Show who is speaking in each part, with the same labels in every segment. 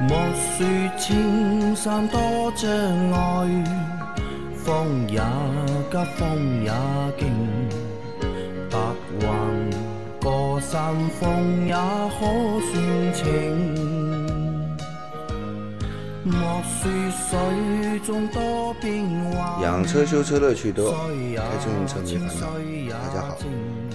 Speaker 1: 莫说青山多障礙，風也急，風也勁。白雲過山峰也可算情。莫說水中多變幻，
Speaker 2: 养车修车乐趣多，
Speaker 1: 雖也
Speaker 2: 开车用车没
Speaker 1: 清
Speaker 2: 烦恼。
Speaker 1: 雖也
Speaker 2: 大家好
Speaker 1: 靜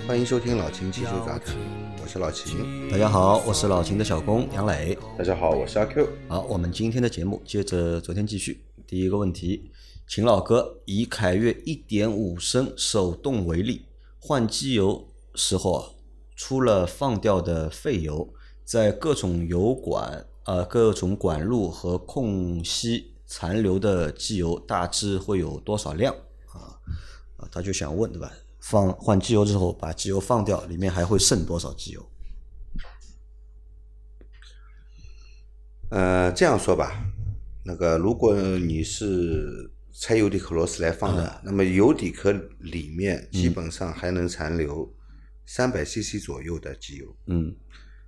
Speaker 2: 欢迎收听老秦汽修杂谈，我是老秦。
Speaker 3: 大家好，我是老秦的小工杨磊。
Speaker 2: 大家好，我是阿 Q。
Speaker 3: 好，我们今天的节目接着昨天继续。第一个问题，秦老哥以凯越1.5升手动为例，换机油时候啊，除了放掉的废油，在各种油管呃各种管路和空隙残留的机油大致会有多少量啊？啊，他就想问对吧？放换机油之后，把机油放掉，里面还会剩多少机油？
Speaker 2: 呃，这样说吧，那个如果你是拆油底壳螺丝来放
Speaker 3: 啊
Speaker 2: 的，那么油底壳里面
Speaker 3: 嗯
Speaker 2: 基本上还能残留三百 CC 左右的机油，
Speaker 3: 嗯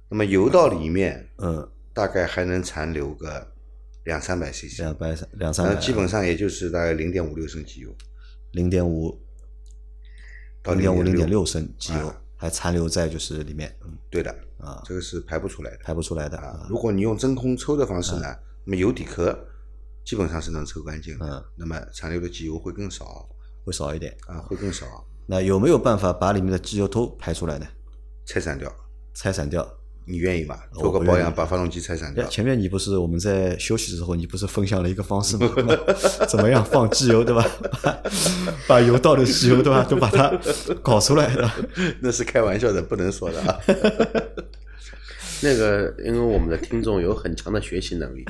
Speaker 2: 那么油道里面
Speaker 3: 嗯，
Speaker 2: 大概还能残留个两三百 CC，
Speaker 3: 两百三两三
Speaker 2: 那
Speaker 3: 百，
Speaker 2: 呃基本上也就是大概零点五六升机油
Speaker 3: 零点五
Speaker 2: 到
Speaker 3: 零点五、零点
Speaker 2: 0.6
Speaker 3: 六升机油
Speaker 2: 啊
Speaker 3: 还残留在就是里面，嗯
Speaker 2: 对的，
Speaker 3: 啊，
Speaker 2: 这个是排不出来的。
Speaker 3: 排不出来的
Speaker 2: 啊
Speaker 3: 啊，，
Speaker 2: 如果你用真空抽的方式呢，那么油底壳基本上是能抽干净的，
Speaker 3: 嗯
Speaker 2: 那么残留的机油会更少
Speaker 3: 会少一点。
Speaker 2: 啊，会更少，
Speaker 3: 那有没有办法把里面的机油都排出来呢？
Speaker 2: 拆散掉。
Speaker 3: 拆散掉？
Speaker 2: 你愿意吗？
Speaker 3: 哦我
Speaker 2: 做个
Speaker 3: 不
Speaker 2: 保
Speaker 3: 愿
Speaker 2: 养，
Speaker 3: 意
Speaker 2: 把发动机拆散
Speaker 3: 哎
Speaker 2: 掉。
Speaker 3: 前面你不是我们在休息的时候，你不是分享了一个方 式吗？那怎么样放机油对吧？把把油倒的机油对吧，都把它搞出来的。
Speaker 2: 那是开玩笑的，不能说的啊。
Speaker 4: 那个，因为我们的听众有很强的学习能力，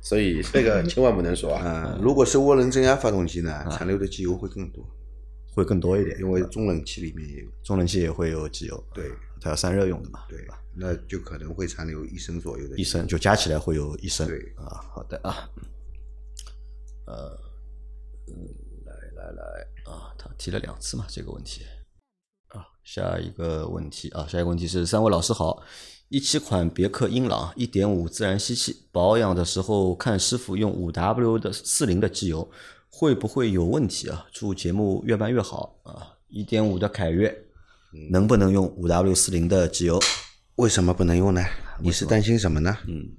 Speaker 4: 所以这个千万不能说啊。
Speaker 2: 嗯，如果是涡轮增压发动机
Speaker 3: 嗯
Speaker 2: 呢，残留的机油会更多，
Speaker 3: 会更多一点，
Speaker 2: 因为中冷器里面也有。
Speaker 3: 中冷器也会有机油，
Speaker 2: 对，
Speaker 3: 它要散热用的嘛，
Speaker 2: 对
Speaker 3: 吧？
Speaker 2: 吧？那就可能会残留一升左右的
Speaker 3: 嗯一
Speaker 2: 机油。
Speaker 3: 升，就加起来会有一升。
Speaker 2: 对
Speaker 3: 啊，好的啊，呃，嗯，来来来啊，他提了两次嘛这个问题啊，下一个问题啊，下一个问题是三位老师好，一七款别克英朗一点五自然吸气，保养的时候看师傅用五 W 的四零的机油会不会有问题啊？祝节目越办越好啊！一点五的凯越能不能用五 W 四零的机油？
Speaker 2: 为什么不能用呢？你是担心什么呢？
Speaker 3: 嗯，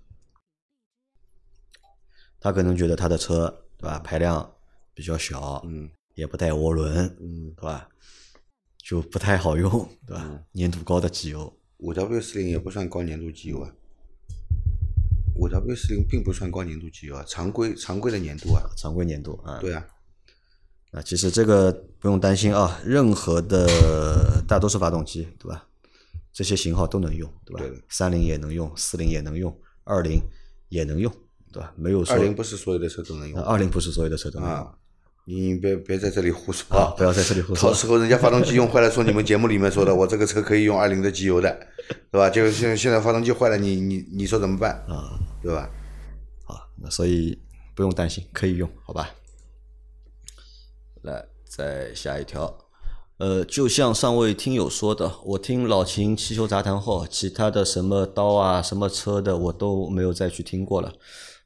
Speaker 3: 他可能觉得他的车对吧，排量比较小，
Speaker 2: 嗯
Speaker 3: 也不带涡轮，
Speaker 2: 嗯，
Speaker 3: 对吧？就不太好用，对吧？
Speaker 2: 嗯
Speaker 3: 粘度高的机油，
Speaker 2: 五 W 四零也不算高粘度机油啊，五 W 四零并不算高粘度机油啊，常规常规的粘度啊，
Speaker 3: 常规粘度啊。
Speaker 2: 对啊，
Speaker 3: 啊，其实这个不用担心啊，任何的大多数发动机，对吧？这些型号都能用，对
Speaker 2: 对的
Speaker 3: 吧？三零也能用，四零也能用，二零也能用，对吧？没有说啊
Speaker 2: 二零不是所有的车都能用
Speaker 3: 二零不是所有的车都能用
Speaker 2: 啊，你别别在这里胡说
Speaker 3: 啊，不要在这里胡说
Speaker 2: 到。时候人家发动机用坏了，说你们节目里面说的，我这个车可以用二零的机油的，对吧？就是现现在发动机坏了，你你你说怎么办
Speaker 3: 啊？
Speaker 2: 对吧？
Speaker 3: 啊，那所以不用担心，可以用，好吧？来，再下一条。呃，就像上位听友说的，我听老秦汽修杂谈后，啊其他的什么刀啊、什么车的，我都没有再去听过了。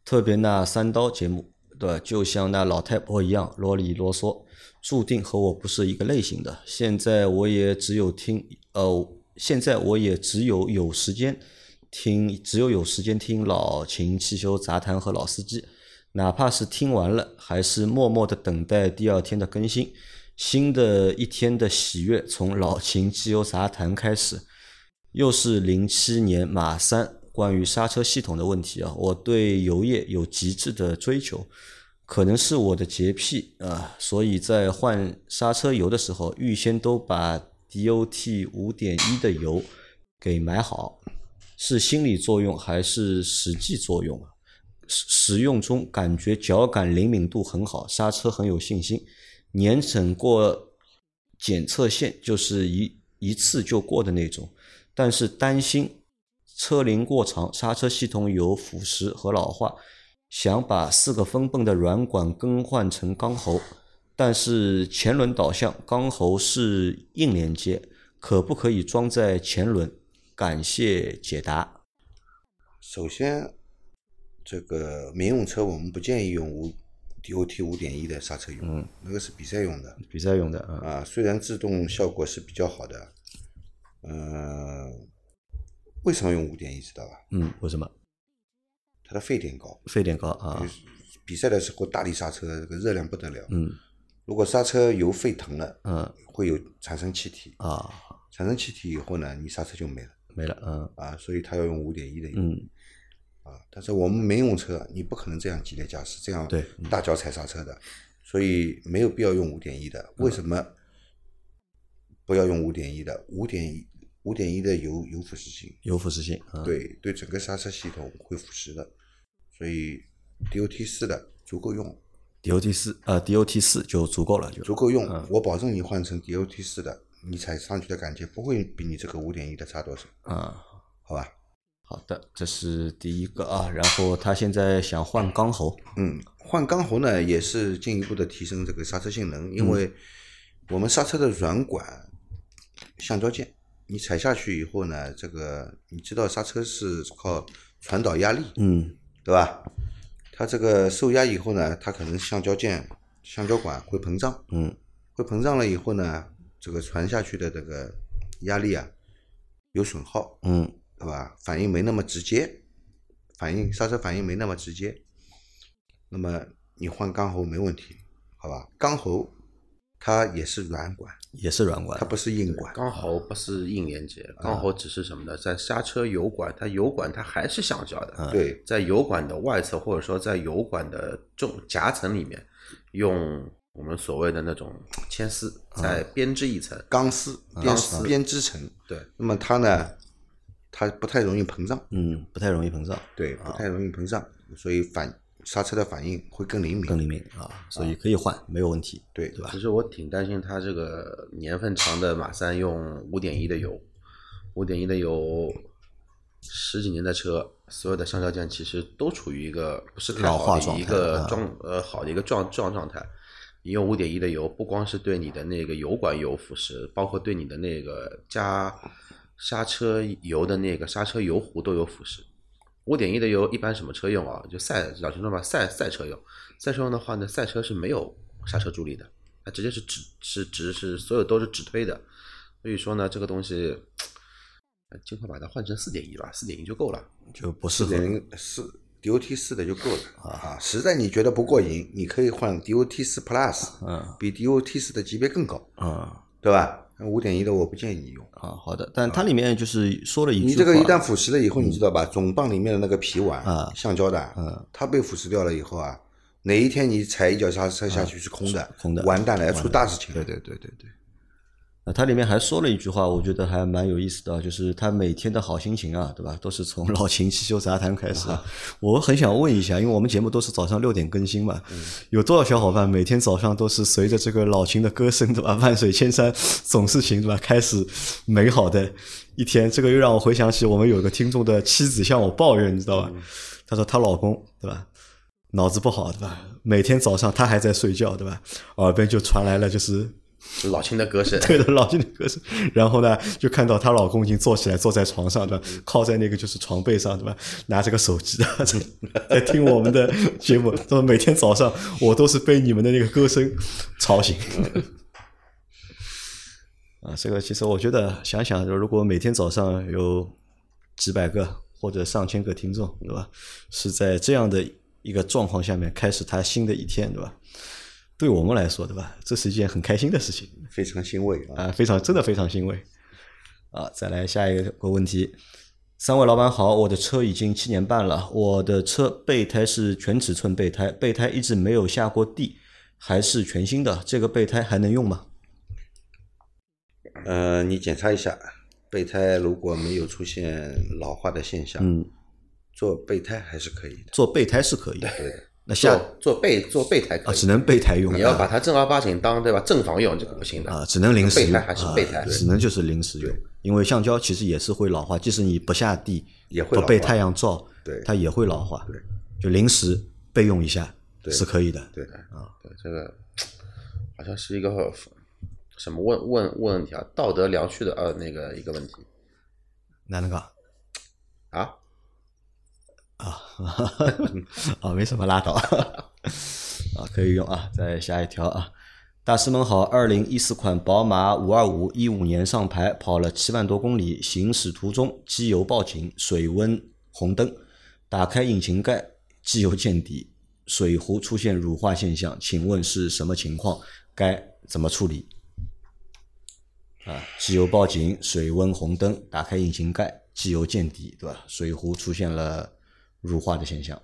Speaker 3: 特别那三刀节目，对吧？就像那老太婆一样啰里啰嗦，注定和我不是一个类型的。现在我也只有听，呃，现在我也只有有时间听，只有有时间听老秦汽修杂谈和老司机，哪怕是听完了，还是默默的等待第二天的更新。新的一天的喜悦从老秦汽油杂谈开始，又是零七年马三关于刹车系统的问题啊，我对油液有极致的追求，可能是我的洁癖啊，所以在换刹车油的时候，预先都把 DOT 五点一的油给买好，是心理作用还是实际作用啊？使使用中感觉脚感灵敏度很好，刹车很有信心，年整过检测线就是一一次就过的那种，但是担心车龄过长，刹车系统有腐蚀和老化，想把四个分泵的软管更换成钢喉，但是前轮导向钢喉是硬连接，可不可以装在前轮？感谢解答。
Speaker 2: 首先，这个民用车我们不建议用无 DOT 五点一的刹车油，
Speaker 3: 嗯
Speaker 2: 那个是比赛用的
Speaker 3: 比赛用的啊，
Speaker 2: 啊。虽然制动效果是比较好的，呃，为什么用五点一知道吧？
Speaker 3: 嗯，为什么
Speaker 2: 它的沸点高，
Speaker 3: 沸点高啊？
Speaker 2: 比赛的时候大力刹车，这个热量不得了。
Speaker 3: 嗯
Speaker 2: 如果刹车油沸腾了，
Speaker 3: 嗯
Speaker 2: 会有产生气体，
Speaker 3: 啊，
Speaker 2: 产生气体以后呢，你刹车就没了
Speaker 3: 没了嗯
Speaker 2: 啊，所以它要用五点一的油。
Speaker 3: 嗯
Speaker 2: 啊，但是我们民用车，你不可能这样激烈驾驶，这样
Speaker 3: 对
Speaker 2: 大脚踩刹车的，所以没有必要用五点一的。
Speaker 3: 嗯
Speaker 2: 为什么不要用五点一的？五点一五点一的油有腐蚀性，
Speaker 3: 有腐蚀性啊。
Speaker 2: 对对，整个刹车系统会腐蚀的，所以 DOT 四的足够用，
Speaker 3: DOT 四啊 DOT 四就足够了，就
Speaker 2: 足够用。我保证你换成 DOT 四的，你踩上去的感觉不会比你这个五点一的差多少，
Speaker 3: 啊。
Speaker 2: 好吧？
Speaker 3: 好的，这是第一个啊。然后他现在想换钢喉，
Speaker 2: 嗯，换钢喉呢也是进一步的提升这个刹车性能，因
Speaker 3: 嗯
Speaker 2: 为我们刹车的软管橡胶件，你踩下去以后呢，这个你知道刹车是靠传导压力，
Speaker 3: 嗯
Speaker 2: 对吧？它这个受压以后呢，它可能橡胶件、橡胶管会膨胀，
Speaker 3: 嗯
Speaker 2: 会膨胀了以后呢，这个传下去的这个压力啊有损耗，
Speaker 3: 嗯
Speaker 2: 对吧？反应没那么直接，反应刹车反应没那么直接。那么你换钢喉没问题，好吧？钢喉它也是软管，
Speaker 3: 也是软管
Speaker 2: 它，不是硬管。
Speaker 4: 钢喉不是硬连接，钢喉只是什么呢？在刹车油管，它油管它还是橡胶的，
Speaker 2: 对
Speaker 4: 在油管的外侧或者说在油管的中夹层里面，用我们所谓的那种铅丝再编织一层，
Speaker 2: 钢丝编编织成，
Speaker 4: 对，
Speaker 2: 那么它呢，它不太容易膨胀，
Speaker 3: 嗯，不太容易膨胀，
Speaker 2: 对，不太容易膨胀，所以反刹车的反应会更灵敏，
Speaker 3: 更灵敏啊，所以可以换，没有问题。
Speaker 2: 对
Speaker 3: 对吧
Speaker 4: 其实我挺担心它这个年份长的马三用五点一的油，五点一的油十几年的车，所有的橡胶件其实都处于一个不是太
Speaker 3: 老化
Speaker 4: 好的
Speaker 3: 状
Speaker 4: 一
Speaker 3: 态
Speaker 4: 个
Speaker 3: 啊
Speaker 4: 状、呃好的一个状状状态。你用五点一的油，不光是对你的那个油管有腐蚀，包括对你的那个加刹车油的那个刹车油壶都有腐蚀。五点一的油一般什么车用啊？就赛老实说吧，赛赛车用。赛车用的话呢，赛车是没有刹车助力的，它啊直接是直是直是所有都是直推的。所以说呢，这个东西，呃尽快把它换成四点一吧，四点一就够了。
Speaker 3: 就不适
Speaker 2: 四
Speaker 3: 合
Speaker 2: 点零四 DOT 四的就够了啊。实在你觉得不过瘾，你可以换 DOT 四 Plus，
Speaker 3: 嗯
Speaker 2: 比 DOT 四的级别更高，
Speaker 3: 啊
Speaker 2: 对吧？五点一的我不建议你用。
Speaker 3: 啊，好的，但它里面就是说了一句话，
Speaker 2: 你这个一旦腐蚀了以
Speaker 3: 嗯
Speaker 2: 后，你知道吧？总泵里面的那个皮碗，
Speaker 3: 啊
Speaker 2: 橡胶的，它被腐蚀掉了以后啊，哪一天你踩一脚刹车下去是空的，
Speaker 3: 嗯空的
Speaker 2: 完蛋了，要出大事情了。
Speaker 3: 对对对对。啊，它里面还说了一句话，我觉得还蛮有意思的啊，就是他每天的好心情啊，对吧，都是从老秦汽修杂谈开始啊。我很想问一下，因为我们节目都是早上六点更新嘛，有多少小伙伴每天早上都是随着这个老秦的歌声，对吧，万水千山总是情，对吧，开始美好的一天？这个又让我回想起我们有个听众的妻子向我抱怨，你知道吧？她说她老公，对吧，脑子不好，对吧？每天早上她还在睡觉，对吧？耳边就传来了就是
Speaker 4: 老秦的歌声，
Speaker 3: 对的，老金的歌声。然后呢，就看到她老公已经坐起来，坐在床上，对吧？靠在那个就是床背上，对吧？拿着个手机的，在在听我们的节目。他说每天早上我都是被你们的那个歌声吵醒。 啊，这个其实我觉得想想，如果每天早上有几百个或者上千个听众，对吧？是在这样的一个状况下面开始他新的一天，对吧？对我们来说，对吧？这是一件很开心的事情。
Speaker 2: 非常欣慰啊！
Speaker 3: 啊，非常真的非常欣慰。啊，再来下一个问题。三位老板好，我的车已经七年半了，我的车备胎是全尺寸备胎，备胎一直没有下过地，还是全新的，这个备胎还能用吗？
Speaker 2: 呃，你检查一下备胎，如果没有出现老化的现象，
Speaker 3: 嗯，
Speaker 2: 做备胎还是可以的。
Speaker 3: 做备胎是可以的，
Speaker 2: 对的，
Speaker 3: 那下
Speaker 4: 做做备 做备胎可
Speaker 3: 啊
Speaker 4: 以，
Speaker 3: 只能备胎用，
Speaker 4: 你要把
Speaker 3: 啊
Speaker 4: 它正儿八经当对吧？正房用这个不行的
Speaker 3: 啊只能临时
Speaker 4: 备
Speaker 3: 用，
Speaker 4: 胎还是备胎
Speaker 3: 啊，只能就是临时用，因为橡胶其实也是会老化，即使你不下地，
Speaker 2: 也会
Speaker 3: 不
Speaker 2: 老
Speaker 3: 被
Speaker 2: 化
Speaker 3: 太阳照，
Speaker 2: 对
Speaker 3: 它也会老化，
Speaker 2: 对，
Speaker 3: 就临时备用一下
Speaker 2: 对
Speaker 3: 是可以的，
Speaker 2: 对的，
Speaker 3: 嗯
Speaker 4: 对这个好像是一个什么问问问题啊？道德良区的呃那个一个问题
Speaker 3: 哪能讲？
Speaker 4: 啊？
Speaker 3: 啊， 啊，没什么拉倒 啊，可以用啊。再下一条啊，大师们好，二零一四款宝马五二五一五年上牌，跑了七万多公里，行驶途中机油报警，水温红灯，打开引擎盖，机油见底，水壶出现乳化现象，请问是什么情况？该怎么处理？啊，机油报警，水温红灯，打开引擎盖，机油见底，对吧？水壶出现了乳化的现象，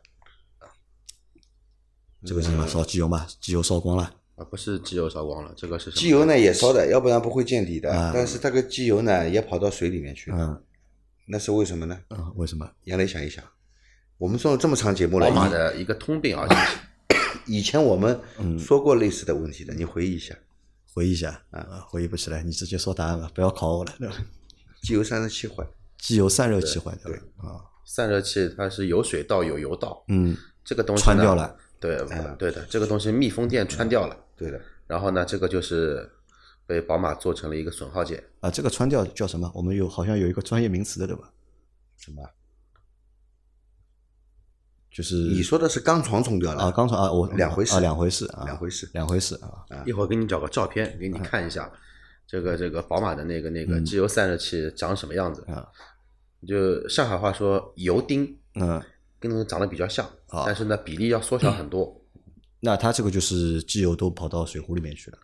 Speaker 3: 这个是什
Speaker 2: 呃
Speaker 3: 么？烧机油嘛，机油烧光了，
Speaker 4: 啊，不是机油烧光了，这个是什么
Speaker 2: 机油呢也烧的，要不然不会见底的。但是这个机油呢也跑到水里面去了，
Speaker 3: 嗯
Speaker 2: 那是为什么呢？
Speaker 3: 嗯，为什么？
Speaker 2: 杨磊想一想，我们做了这么长节目了，
Speaker 4: 宝马
Speaker 2: 以
Speaker 4: 的一个通病啊，其实
Speaker 2: 以前我们
Speaker 3: 嗯
Speaker 2: 说过类似的问题的，你回忆一下，
Speaker 3: 回忆一下啊，回忆不起来，你直接说答案吧，不要考我了，对吧？
Speaker 2: 机油散热器坏，
Speaker 3: 机油散热器坏掉了啊，
Speaker 4: 散热器它是有水道有油道，
Speaker 3: 嗯，
Speaker 4: 这个东西呢
Speaker 3: 穿掉了，哎
Speaker 4: 对，对的，这个东西密封垫穿掉了，
Speaker 2: 对的，
Speaker 3: 嗯
Speaker 4: 然后呢，这个就是被宝马做成了一个损耗件，
Speaker 3: 啊，这个穿掉叫什么？我们有好像有一个专业名词的，对吧？
Speaker 2: 什么？
Speaker 3: 就是
Speaker 2: 你说的是钢床冲掉了
Speaker 3: 啊，刚才啊，我
Speaker 2: 两回事
Speaker 3: 啊，两回事啊，
Speaker 2: 两回事
Speaker 3: 两回事啊，
Speaker 4: 一会儿给你找个照片给你看一下，这个这个宝马的那个那个机油散热器长什么样子
Speaker 3: 啊？
Speaker 4: 就上海话说油钉
Speaker 3: 嗯，
Speaker 4: 跟那个长得比较像
Speaker 3: 啊，
Speaker 4: 但是呢比例要缩小很多。
Speaker 3: 那它这个就是机油都跑到水壶里面去了，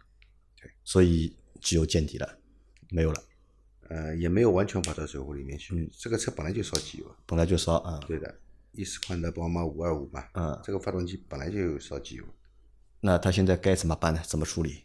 Speaker 3: 对，所以机油见底了，没有了，
Speaker 2: 呃，也没有完全跑到水壶里面
Speaker 3: 嗯
Speaker 2: 去。这个车本来就烧机油，
Speaker 3: 本来就烧啊，
Speaker 2: 对的，一四款的宝马五二五嘛，
Speaker 3: 嗯，
Speaker 2: 这个发动机本来就有烧机油，
Speaker 3: 那它现在该怎么办呢？怎么处理？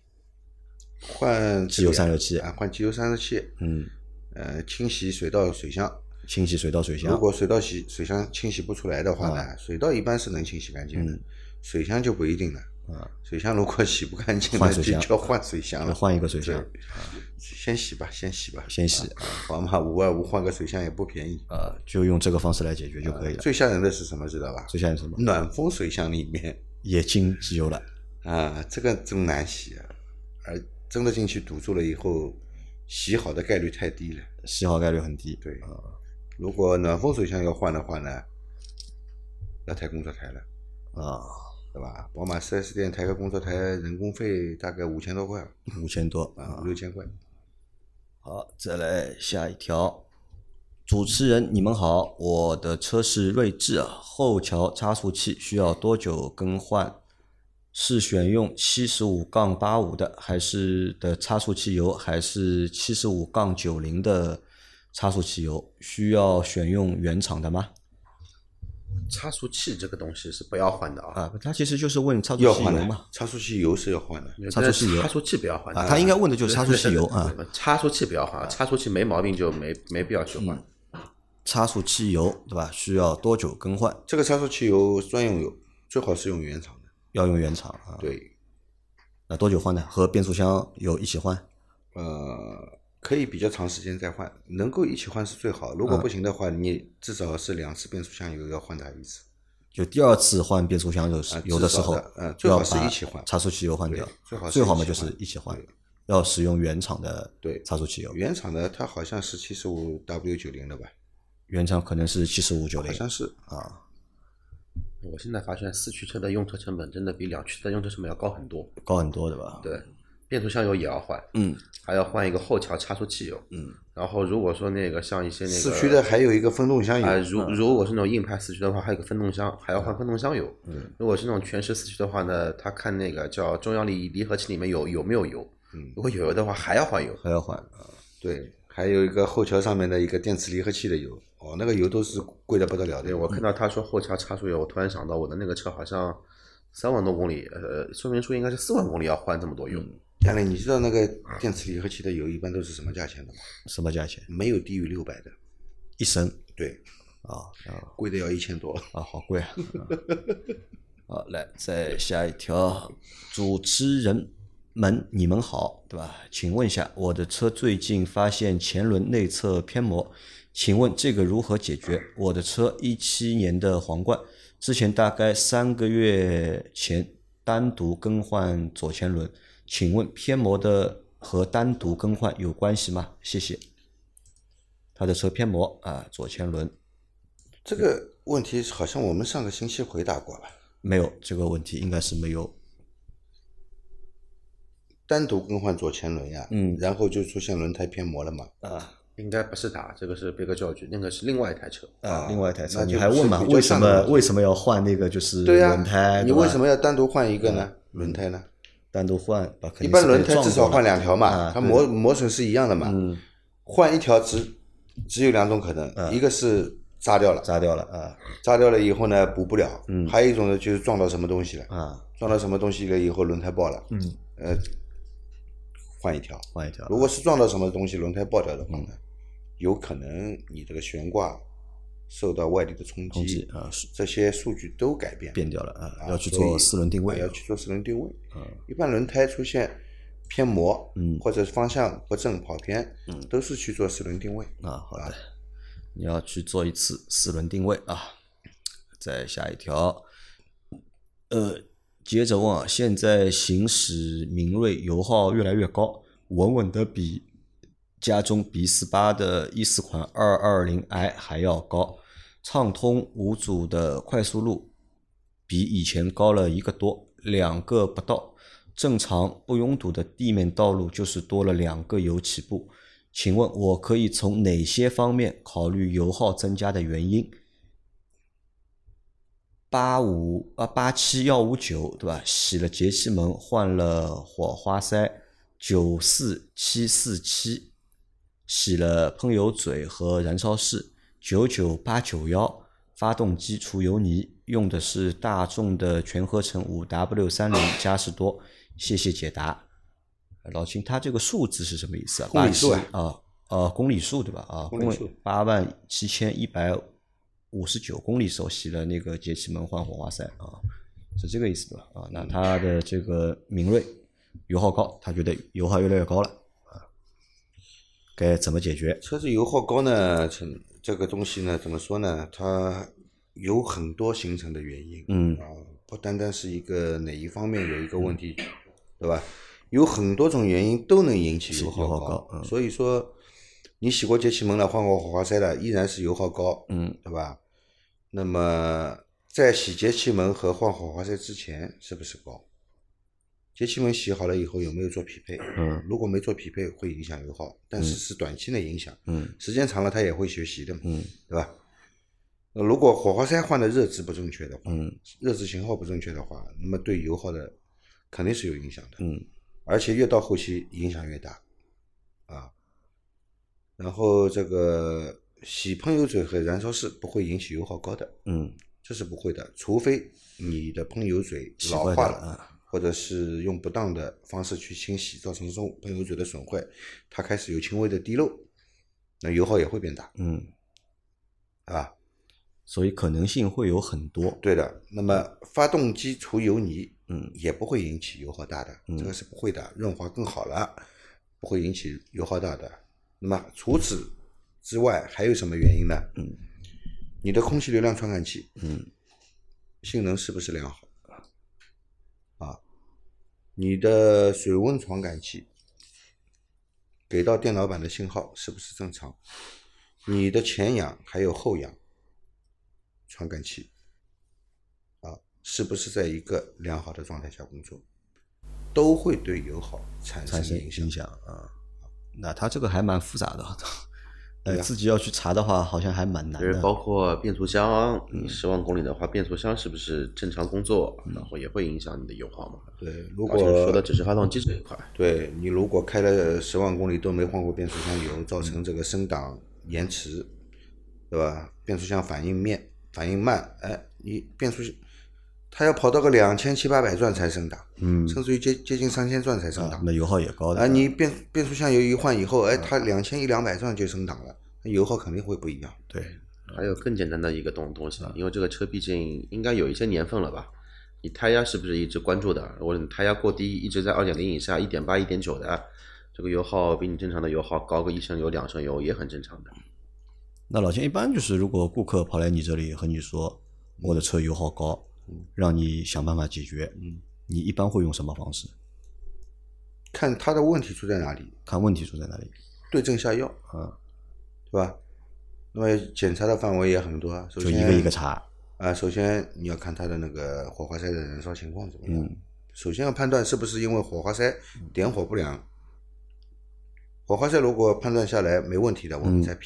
Speaker 2: 换
Speaker 3: 机油散热器
Speaker 2: 啊，换机油散热器，
Speaker 3: 嗯，
Speaker 2: 呃，清洗水道水箱。
Speaker 3: 清洗水道水箱
Speaker 2: 如，果水道洗水箱清洗不出来的话
Speaker 3: 啊
Speaker 2: 呢，水道一般是能清洗干净的，水箱就不一定了。
Speaker 3: 嗯啊，
Speaker 2: 水箱如果洗不干净
Speaker 3: 换
Speaker 2: 了，
Speaker 3: 水
Speaker 2: 就
Speaker 3: 箱
Speaker 2: 就要换水箱
Speaker 3: 要
Speaker 2: 了。
Speaker 3: 换一个水箱啊
Speaker 2: 对，先洗吧，先洗吧，
Speaker 3: 先洗
Speaker 2: 啊。宝马五二五换个水箱也不便宜。
Speaker 3: 呃，就用这个方式来解决啊就可以
Speaker 2: 呃
Speaker 3: 了。
Speaker 2: 最吓人的是什么，知道吧？
Speaker 3: 最下一是什么？
Speaker 2: 暖风水箱里面
Speaker 3: 也进机油了，
Speaker 2: 啊，这个真难洗啊，而真的进去堵住了以后，洗好的概率太低了。
Speaker 3: 洗好概率很低。
Speaker 2: 对
Speaker 3: 啊，
Speaker 2: 如果暖风水箱要换的话呢，要抬工作台了。
Speaker 3: 啊，
Speaker 2: 对吧？宝马 4S 店抬个工作台人工费大概五千多块
Speaker 3: 五千多啊
Speaker 2: 啊，五六千块。
Speaker 3: 好，再来下一条。主持人，你们好，我的车是锐志啊，后桥差速器需要多久更换？是选用七十五杠八五的，还是的差速汽油，还是七十五杠九零的差速汽油？需要选用原厂的吗？
Speaker 4: 差速器这个东西是不要换的啊，
Speaker 3: 啊，它其实就是问差速
Speaker 2: 要
Speaker 3: 汽
Speaker 2: 换
Speaker 3: 油
Speaker 2: 的
Speaker 3: 嘛，
Speaker 2: 差速器油是要换的。
Speaker 3: 差速器油
Speaker 4: 差速器不要换的
Speaker 3: 啊，他应该问的就是差速 汽油啊，
Speaker 4: 差速器不要换，差速器没毛病就没没必要去换。
Speaker 3: 差速汽油对吧？需要多久更换？
Speaker 2: 这个差速器油专用油，最好是用原厂的。
Speaker 3: 要用原厂啊，
Speaker 2: 对，
Speaker 3: 那多久换呢？和变速箱油一起换？
Speaker 2: 呃，可以比较长时间再换，能够一起换是最好。如果不行的话，你至少是两次变速箱油要换它一次，
Speaker 3: 就第二次换变速箱油时
Speaker 2: 啊
Speaker 3: 油的时候
Speaker 2: 至少的嗯，最
Speaker 3: 要
Speaker 2: 好
Speaker 3: 把
Speaker 2: 是一起换
Speaker 3: 差速汽油换掉
Speaker 2: 对，最好是
Speaker 3: 最好嘛
Speaker 2: 一起
Speaker 3: 就
Speaker 2: 换
Speaker 3: 是一起换
Speaker 2: 对，
Speaker 3: 要使用原厂的
Speaker 2: 对
Speaker 3: 差速汽油，
Speaker 2: 原厂的它好像是七十五 W 九零的吧？
Speaker 3: 原厂可能是七十五九
Speaker 2: 好
Speaker 3: 零
Speaker 2: 像是。
Speaker 3: 啊，
Speaker 4: 我现在发现四驱车的用车成本真的比两驱的用车成本要高很多。
Speaker 3: 高很多对吧？
Speaker 4: 对，变速箱油也要换，
Speaker 3: 嗯，
Speaker 4: 还要换一个后桥差速器油。嗯，然后如果说那个像一些那个
Speaker 2: 四驱的还有一个分动箱油，
Speaker 4: 啊，如如果是那种硬派四驱的话，还有个分动箱，还要换分动箱油。嗯，如果是那种全时四驱的话呢，它看那个叫中央离离合器里面有有没有油。嗯，如果有油的话，还要换油。
Speaker 3: 还要换
Speaker 2: 对，还有一个后桥上面的一个电磁离合器的油，哦，那个油都是贵的不得了的
Speaker 4: 对，。
Speaker 3: 嗯
Speaker 4: 我看到他说后桥差速油，我突然想到我的那个车好像三万多公里，呃，说明书应该是四万公里要换这么多油。
Speaker 2: 亚磊，你知道那个电磁离合器的油一般都是什么价钱的吗？
Speaker 3: 什么价钱？
Speaker 2: 没有低于六百的，
Speaker 3: 一升
Speaker 2: 对，
Speaker 3: 啊啊
Speaker 2: 贵的要一千多。
Speaker 3: 啊，好贵啊！ 好，来再下一条，主持人们你们好，对吧？请问一下，我的车最近发现前轮内侧偏磨，请问这个如何解决？我的车一七年的皇冠，之前大概三个月前单独更换左前轮，请问偏磨的和单独更换有关系吗？谢谢。他的车偏磨啊，左前轮
Speaker 2: 这个问题好像我们上个星期回答过了，
Speaker 3: 没有这个问题，应该是没有。
Speaker 2: 单独更换左前轮呀，
Speaker 3: 嗯
Speaker 2: 然后就出现轮胎偏磨了嘛，
Speaker 3: 啊
Speaker 4: 应该不是打，这个是别克教具，那个是另外一台车。
Speaker 3: 啊！另外一台车，
Speaker 2: 那就
Speaker 3: 你还问嘛？
Speaker 2: 是比较
Speaker 3: 为什
Speaker 2: 上个
Speaker 3: 么
Speaker 2: 问题
Speaker 3: 为什么要换那个就是
Speaker 2: 对啊呀、
Speaker 3: 轮胎？
Speaker 2: 你为什
Speaker 3: 么
Speaker 2: 么要单独换一个呢？轮胎呢？
Speaker 3: 单独换？把肯定
Speaker 2: 一般
Speaker 3: 是被
Speaker 2: 轮胎
Speaker 3: 撞
Speaker 2: 至少
Speaker 3: 过
Speaker 2: 换
Speaker 3: 了
Speaker 2: 两条嘛，
Speaker 3: 啊
Speaker 2: 它
Speaker 3: 对嗯
Speaker 2: 磨磨损是一样的嘛。换一条只只有两种可
Speaker 3: 啊
Speaker 2: 能，一个是扎掉了，
Speaker 3: 砸掉了啊
Speaker 2: 扎掉了以后呢补不了，还有一种呢就是撞到什么东西了，
Speaker 3: 嗯啊！
Speaker 2: 撞到什么东西了以后轮胎爆了，
Speaker 3: 嗯，
Speaker 2: 呃，换一条。
Speaker 3: 换一条
Speaker 2: 如果是撞到什么东西轮胎爆掉的话
Speaker 3: 嗯
Speaker 2: 呢，有可能你这个悬挂受到外力的冲
Speaker 3: 空气
Speaker 2: 击，
Speaker 3: 啊是
Speaker 2: 这些数据都改变，
Speaker 3: 变掉了啊，
Speaker 2: 啊
Speaker 3: 要去
Speaker 2: 所以啊
Speaker 3: 做四轮定位啊
Speaker 2: 要去做四轮定位。
Speaker 3: 嗯
Speaker 2: 一般轮胎出现偏磨，
Speaker 3: 嗯
Speaker 2: 或者方向不正跑偏，嗯，都是去做四轮定位。
Speaker 3: 啊。好的，你要去做一次四轮定位啊。再下一条，呃，接着问啊，现在行驶明锐油耗越来越高，稳稳的比家中 B 四八的一四款二二零 i 还要高，畅通无阻的快速路比以前高了一个多，两个不到，正常不拥堵的地面道路就是多了两个油起步。请问我可以从哪些方面考虑油耗增加的原因？八五啊八七幺五九对吧？洗了节气门，换了火花塞，九四七四七，洗了喷油嘴和燃烧室，九九八九幺，发动机除油泥，用的是大众的全合成五 W 三零嘉实多。谢谢解答，老秦，他这个数字是什么意思啊？
Speaker 2: 公里数
Speaker 3: 87
Speaker 2: 啊
Speaker 3: 啊，呃，公里数对吧？啊，
Speaker 2: 公
Speaker 3: 公
Speaker 2: 里
Speaker 3: 里
Speaker 2: 数
Speaker 3: 八万七千一百五十九公里时候洗了那个节气门换火花塞啊，是这个意思对吧？啊，
Speaker 2: 嗯
Speaker 3: 那它的这个明锐油耗高，他觉得油耗越来越高了啊，该怎么解决？
Speaker 2: 车子油耗高呢，这这个东西呢，怎么说呢？它有很多形成的原因，
Speaker 3: 嗯
Speaker 2: 啊，不单单是一个哪一方面有一个问题，
Speaker 3: 嗯
Speaker 2: 对吧？有很多种原因都能引起油耗
Speaker 3: 油耗高嗯
Speaker 2: 所以说你洗过节气门了，换过火花塞了，依然是油耗高，
Speaker 3: 嗯，
Speaker 2: 对吧？那么在洗节气门和换火花塞之前，是不是高？节气门洗好了以后有没有做匹配？
Speaker 3: 嗯，
Speaker 2: 如果没做匹配，会影响油耗，但是是短期的影响。
Speaker 3: 嗯
Speaker 2: 时间长了它也会学习的嘛，
Speaker 3: 嗯
Speaker 2: 对吧？那如果火花塞换的热值不正确的话，
Speaker 3: 嗯
Speaker 2: 热值型号不正确的话，那么对油耗的肯定是有影响的，
Speaker 3: 嗯
Speaker 2: 而且越到后期影响越大，啊。然后这个洗喷油嘴和燃烧室不会引起油耗高的，
Speaker 3: 嗯，
Speaker 2: 这是不会的，除非你的喷油嘴
Speaker 3: 习
Speaker 2: 老
Speaker 3: 惯
Speaker 2: 化
Speaker 3: 了
Speaker 2: 了，
Speaker 3: 啊，
Speaker 2: 或者是用不当的方式去清洗，造成这种喷油嘴的损坏，它开始有轻微的滴漏，那油耗也会变大
Speaker 3: 嗯，
Speaker 2: 啊。
Speaker 3: 所以可能性会有很多。
Speaker 2: 对的，那么发动机除油泥，
Speaker 3: 嗯，
Speaker 2: 也不会引起油耗大的，这个是不会的，润滑更好了，不会引起油耗大的。那么除此之外还有什么原因呢？
Speaker 3: 嗯，
Speaker 2: 你的空气流量传感器，
Speaker 3: 嗯，
Speaker 2: 性能是不是良好？啊，你的水温传感器给到电脑板的信号是不是正常？你的前氧还有后氧传感器啊，是不是在一个良好的状态下工作，都会对油耗产
Speaker 3: 产生
Speaker 2: 生影响
Speaker 3: 影。响啊。那它这个还蛮复杂的， 呃，
Speaker 2: 对啊
Speaker 3: 自己要去查的话，好像还蛮难
Speaker 4: 就是
Speaker 3: 的。
Speaker 4: 包括变速箱，你十万公里的话，变速箱是不是正常工作，然后也会影响你的油耗嘛？
Speaker 2: 对，如
Speaker 4: 而且说的
Speaker 2: 果
Speaker 4: 只是发动机这一块，
Speaker 2: 对你如果开了十万公里都没换过变速箱油，造成这个升档延迟，对吧？变速箱反应面反应慢，哎，你变速箱它要跑到个两千七八百转才升档，
Speaker 3: 嗯
Speaker 2: 甚至于接接近三千转才升
Speaker 3: 啊
Speaker 2: 档，
Speaker 3: 那油耗也高的
Speaker 2: 啊，你变变速箱油一换以后，哎，它两千一两百转就升档了，那油耗肯定会不一样。
Speaker 3: 对，
Speaker 4: 还有更简单的一个东东西，因为这个车毕竟应该有一些年份了吧？你胎压是不是一直关注的？如果你胎压过低，一直在二点零以下、一点八、一点九的，这个油耗比你正常的油耗高个一升油、两升油也很正常的。
Speaker 3: 那老金一般就是，如果顾客跑来你这里和你说我的车油耗高，
Speaker 2: 嗯
Speaker 3: 让你想办法解决，你一般会用什么方式？
Speaker 2: 看他的问题出在哪里，
Speaker 3: 看问题出在哪里？
Speaker 2: 对症下药，
Speaker 3: 啊，
Speaker 2: 对吧？那么检查的范围也很多啊，首
Speaker 3: 就
Speaker 2: 先
Speaker 3: 一个一个查。
Speaker 2: 啊，首先你要看它的那个火花塞的燃烧情况怎么样。
Speaker 3: 嗯
Speaker 2: 首先要判断是不是因为火花塞点火不良。火花塞如果判断下来没问题的，我们
Speaker 3: 嗯
Speaker 2: 再排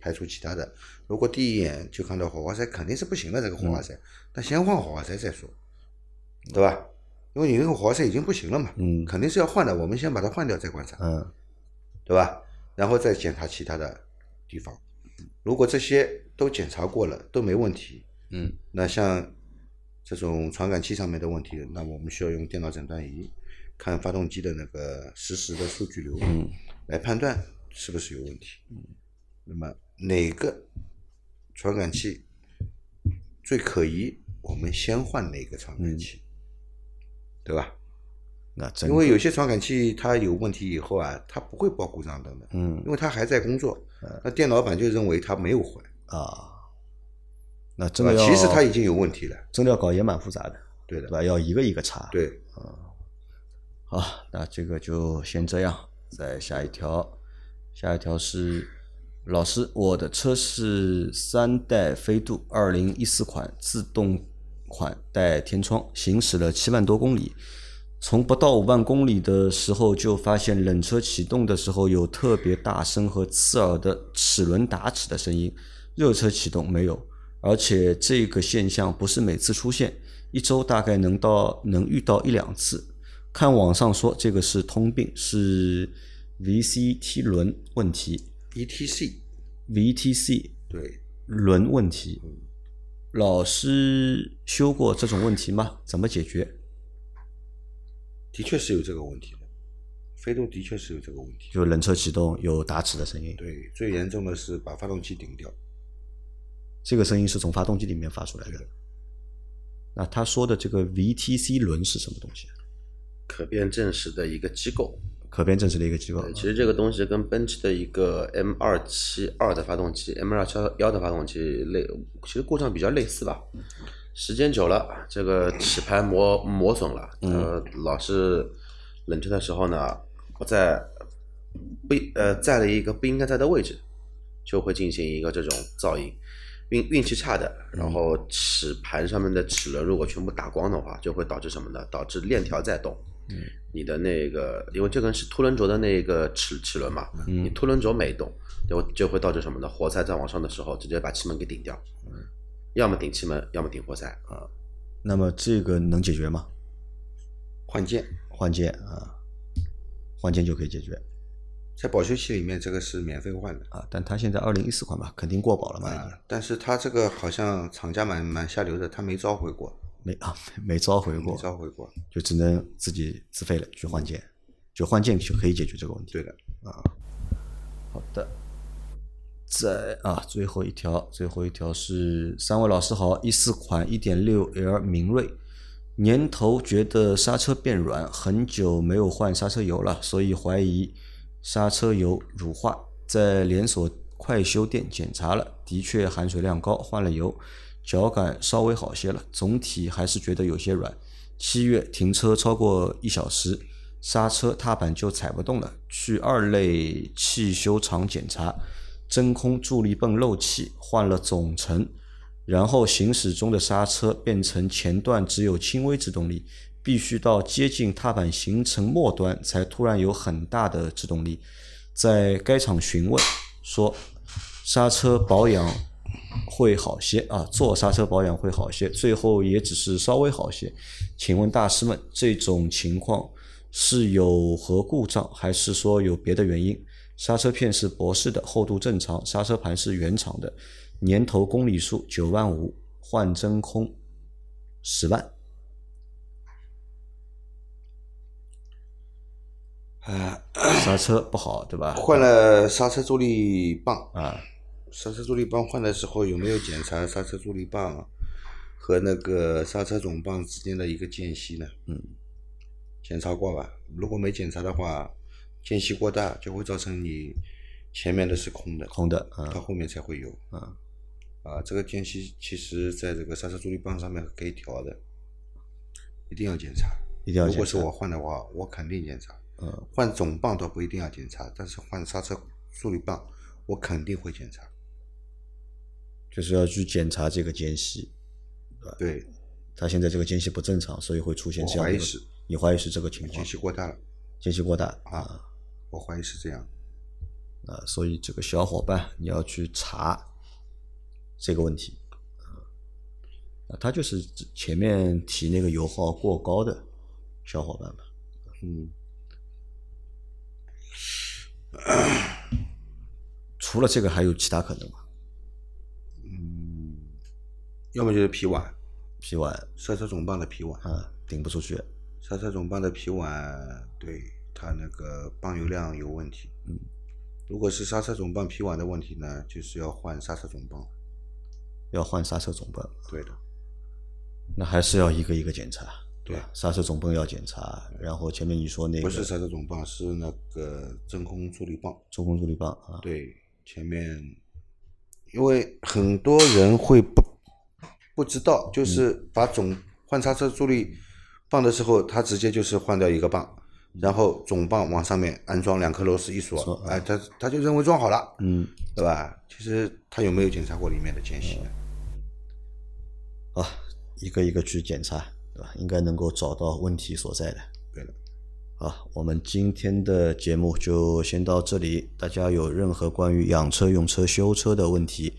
Speaker 2: 排除其他的。如果第一眼就看到火花塞肯定是不行的，这个火
Speaker 3: 嗯
Speaker 2: 花塞，那先换火花塞再说，对吧？因为你那个火花塞已经不行了嘛，
Speaker 3: 嗯
Speaker 2: 肯定是要换的。我们先把它换掉再观察，
Speaker 3: 嗯
Speaker 2: 对吧？然后再检查其他的地方。如果这些都检查过了都没问题，
Speaker 3: 嗯
Speaker 2: 那像这种传感器上面的问题，那我们需要用电脑诊断仪看发动机的那个实时的数据流，
Speaker 3: 嗯
Speaker 2: 来判断是不是有问题。那么哪个传感器最可疑，我们先换哪个传感器，对吧？
Speaker 3: 那嗯真
Speaker 2: 因为有些传感器它有问题以后啊，它不会报故障灯的，
Speaker 3: 嗯
Speaker 2: 因为它还在工作。那电脑版就认为它没有坏，
Speaker 3: 啊，那
Speaker 2: 对
Speaker 3: 真
Speaker 2: 吧
Speaker 3: 的？要
Speaker 2: 其实它已经有问题了，
Speaker 3: 真的要搞也蛮复杂的，
Speaker 2: 对
Speaker 3: 对
Speaker 2: 的，
Speaker 3: 吧？要一个一个查。，
Speaker 2: 对，
Speaker 3: 好，那这个就先这样。再下一条，下一条是老师，我的车是三代飞度，二零一四款自动款带天窗，行驶了七万多公里。从不到五万公里的时候，就发现冷车启动的时候有特别大声和刺耳的齿轮打齿的声音，热车启动没有，而且这个现象不是每次出现，一周大概能到能遇到一两次。看网上说这个是通病，是 VCT 轮问题
Speaker 2: ETC
Speaker 3: ，VTC
Speaker 2: ，E 对。
Speaker 3: 轮问题。老师修过这种问题吗？怎么解决？
Speaker 2: 的确是有这个问题的，飞度的确是有这个问题。
Speaker 3: 就冷车启动有打齿的声音。
Speaker 2: 对，最严重的是把发动机顶掉，
Speaker 3: 这个声音是从发动机里面发出来的。那他说的这个 VTC 轮是什么东西啊？
Speaker 4: 可变证实的一个机构。
Speaker 3: 可变正时的一个机构
Speaker 4: 对，。其实这个东西跟奔驰的一个 M 二七二的发动机、M 二七幺的发动机类，其实故障比较类似吧。时间久了，这个齿盘磨磨损了，呃，老是冷车的时候呢，不在不呃在了一个不应该在的位置，就会进行一个这种噪音。运运气差的，然后齿盘上面的齿轮如果全部打光的话，就会导致什么呢？导致链条在动。你的那个，因为这根是凸轮轴的那个齿齿轮嘛，
Speaker 3: 嗯
Speaker 4: 你凸轮轴没动，就就会导致什么呢？活塞在往上的时候，直接把气门给顶掉，
Speaker 3: 嗯
Speaker 4: 要么顶气门，要么顶活塞。
Speaker 3: 那么这个能解决吗？
Speaker 2: 换件。
Speaker 3: 换件啊，换件就可以解决
Speaker 2: 在保修期里面，这个是免费换的
Speaker 3: 啊。但他现在二零一四款嘛，肯定过保了嘛，已经
Speaker 2: 啊，但是它这个好像厂家蛮蛮下流的，他没召回过，
Speaker 3: 没啊没没召回
Speaker 2: 没
Speaker 3: 过，
Speaker 2: 召回过，
Speaker 3: 就只能自己自费了去换件，就换件就可以解决这个问题。啊
Speaker 2: 对的，
Speaker 3: 好的，在啊，最后一条，最后一条是三位老师好，一四款一点六 L 明锐，年头觉得刹车变软，很久没有换刹车油了，所以怀疑刹车油乳化，在连锁快修店检查了，的确含水量高，换了油，脚感稍微好些了，总体还是觉得有些软。七月停车超过一小时，刹车踏板就踩不动了。去二类汽修厂检查，真空助力泵漏气，换了总成，然后行驶中的刹车变成前段只有轻微制动力，必须到接近踏板行程末端才突然有很大的制动力。在该厂询问说，刹车保养会好些啊，做刹车保养会好些，最后也只是稍微好些。请问大师们，这种情况是有何故障，还是说有别的原因？刹车片是博世的，厚度正常，刹车盘是原厂的，年头公里数九万五，换真空十万。 刹车不好，对吧？
Speaker 2: 换了刹车助力泵，
Speaker 3: 啊，
Speaker 2: 刹车助力泵换的时候有没有检查刹车助力泵和那个刹车总泵之间的一个间隙呢？
Speaker 3: 嗯，
Speaker 2: 检查过吧？如果没检查的话，间隙过大就会造成你前面的是空的，
Speaker 3: 空的，
Speaker 2: 到
Speaker 3: 嗯
Speaker 2: 后面才会有。
Speaker 3: 嗯，
Speaker 2: 啊，这个间隙其实在这个刹车助力泵上面可以调的，一定要检查。
Speaker 3: 一定要
Speaker 2: 如
Speaker 3: 检
Speaker 2: 果是
Speaker 3: 查。
Speaker 2: 我换的话，我肯定检查。
Speaker 3: 嗯，
Speaker 2: 换总泵倒不一定要检查，但是换刹车助力泵我肯定会检查。
Speaker 3: 就是要去检查这个间隙，
Speaker 2: 对，
Speaker 3: 它现在这个间隙不正常，所以会出现这样的一
Speaker 2: 我怀
Speaker 3: 个
Speaker 2: 疑是
Speaker 3: 你怀疑是这个情
Speaker 2: 间
Speaker 3: 况，
Speaker 2: 隙过大了
Speaker 3: 间隙过大
Speaker 2: 啊，我怀疑是这样。
Speaker 3: 啊，所以这个小伙伴你要去查这个问题啊，啊他就是指前面提那个油耗过高的小伙伴嘛，
Speaker 2: 嗯，
Speaker 3: 除了这个还有其他可能吗
Speaker 2: 嗯要么就是皮碗，
Speaker 3: ？P 完
Speaker 2: 刹车总泵的皮碗，
Speaker 3: 啊，顶不出去，
Speaker 2: 刹车总泵的皮碗，对它那个泵油量有问题。
Speaker 3: 嗯，
Speaker 2: 如果是刹车总泵皮碗的问题呢，就是要换刹车总泵了。
Speaker 3: 要换刹车总泵，
Speaker 2: 对的，
Speaker 3: 那还是要一个一个检查，
Speaker 2: 对
Speaker 3: 吧？刹车总泵要检查，然后前面你说那
Speaker 2: 不是
Speaker 3: 个
Speaker 2: 刹车总泵，是那个真空助力泵。
Speaker 3: 中控助力泵啊，
Speaker 2: 对，前面，因为很多人会不不知道，就是把总换刹车助力泵的时候，他直接就是换掉一个泵，然后总泵往上面安装两颗螺丝一锁，哎，他他就认为装好了，
Speaker 3: 嗯，
Speaker 2: 对吧？其实他有没有检查过里面的间隙呢？
Speaker 3: 啊，一个一个去检查，对吧？应该能够找到问题所在的。
Speaker 2: 对的，
Speaker 3: 好，我们今天的节目就先到这里。大家有任何关于养车、用车、修车的问题，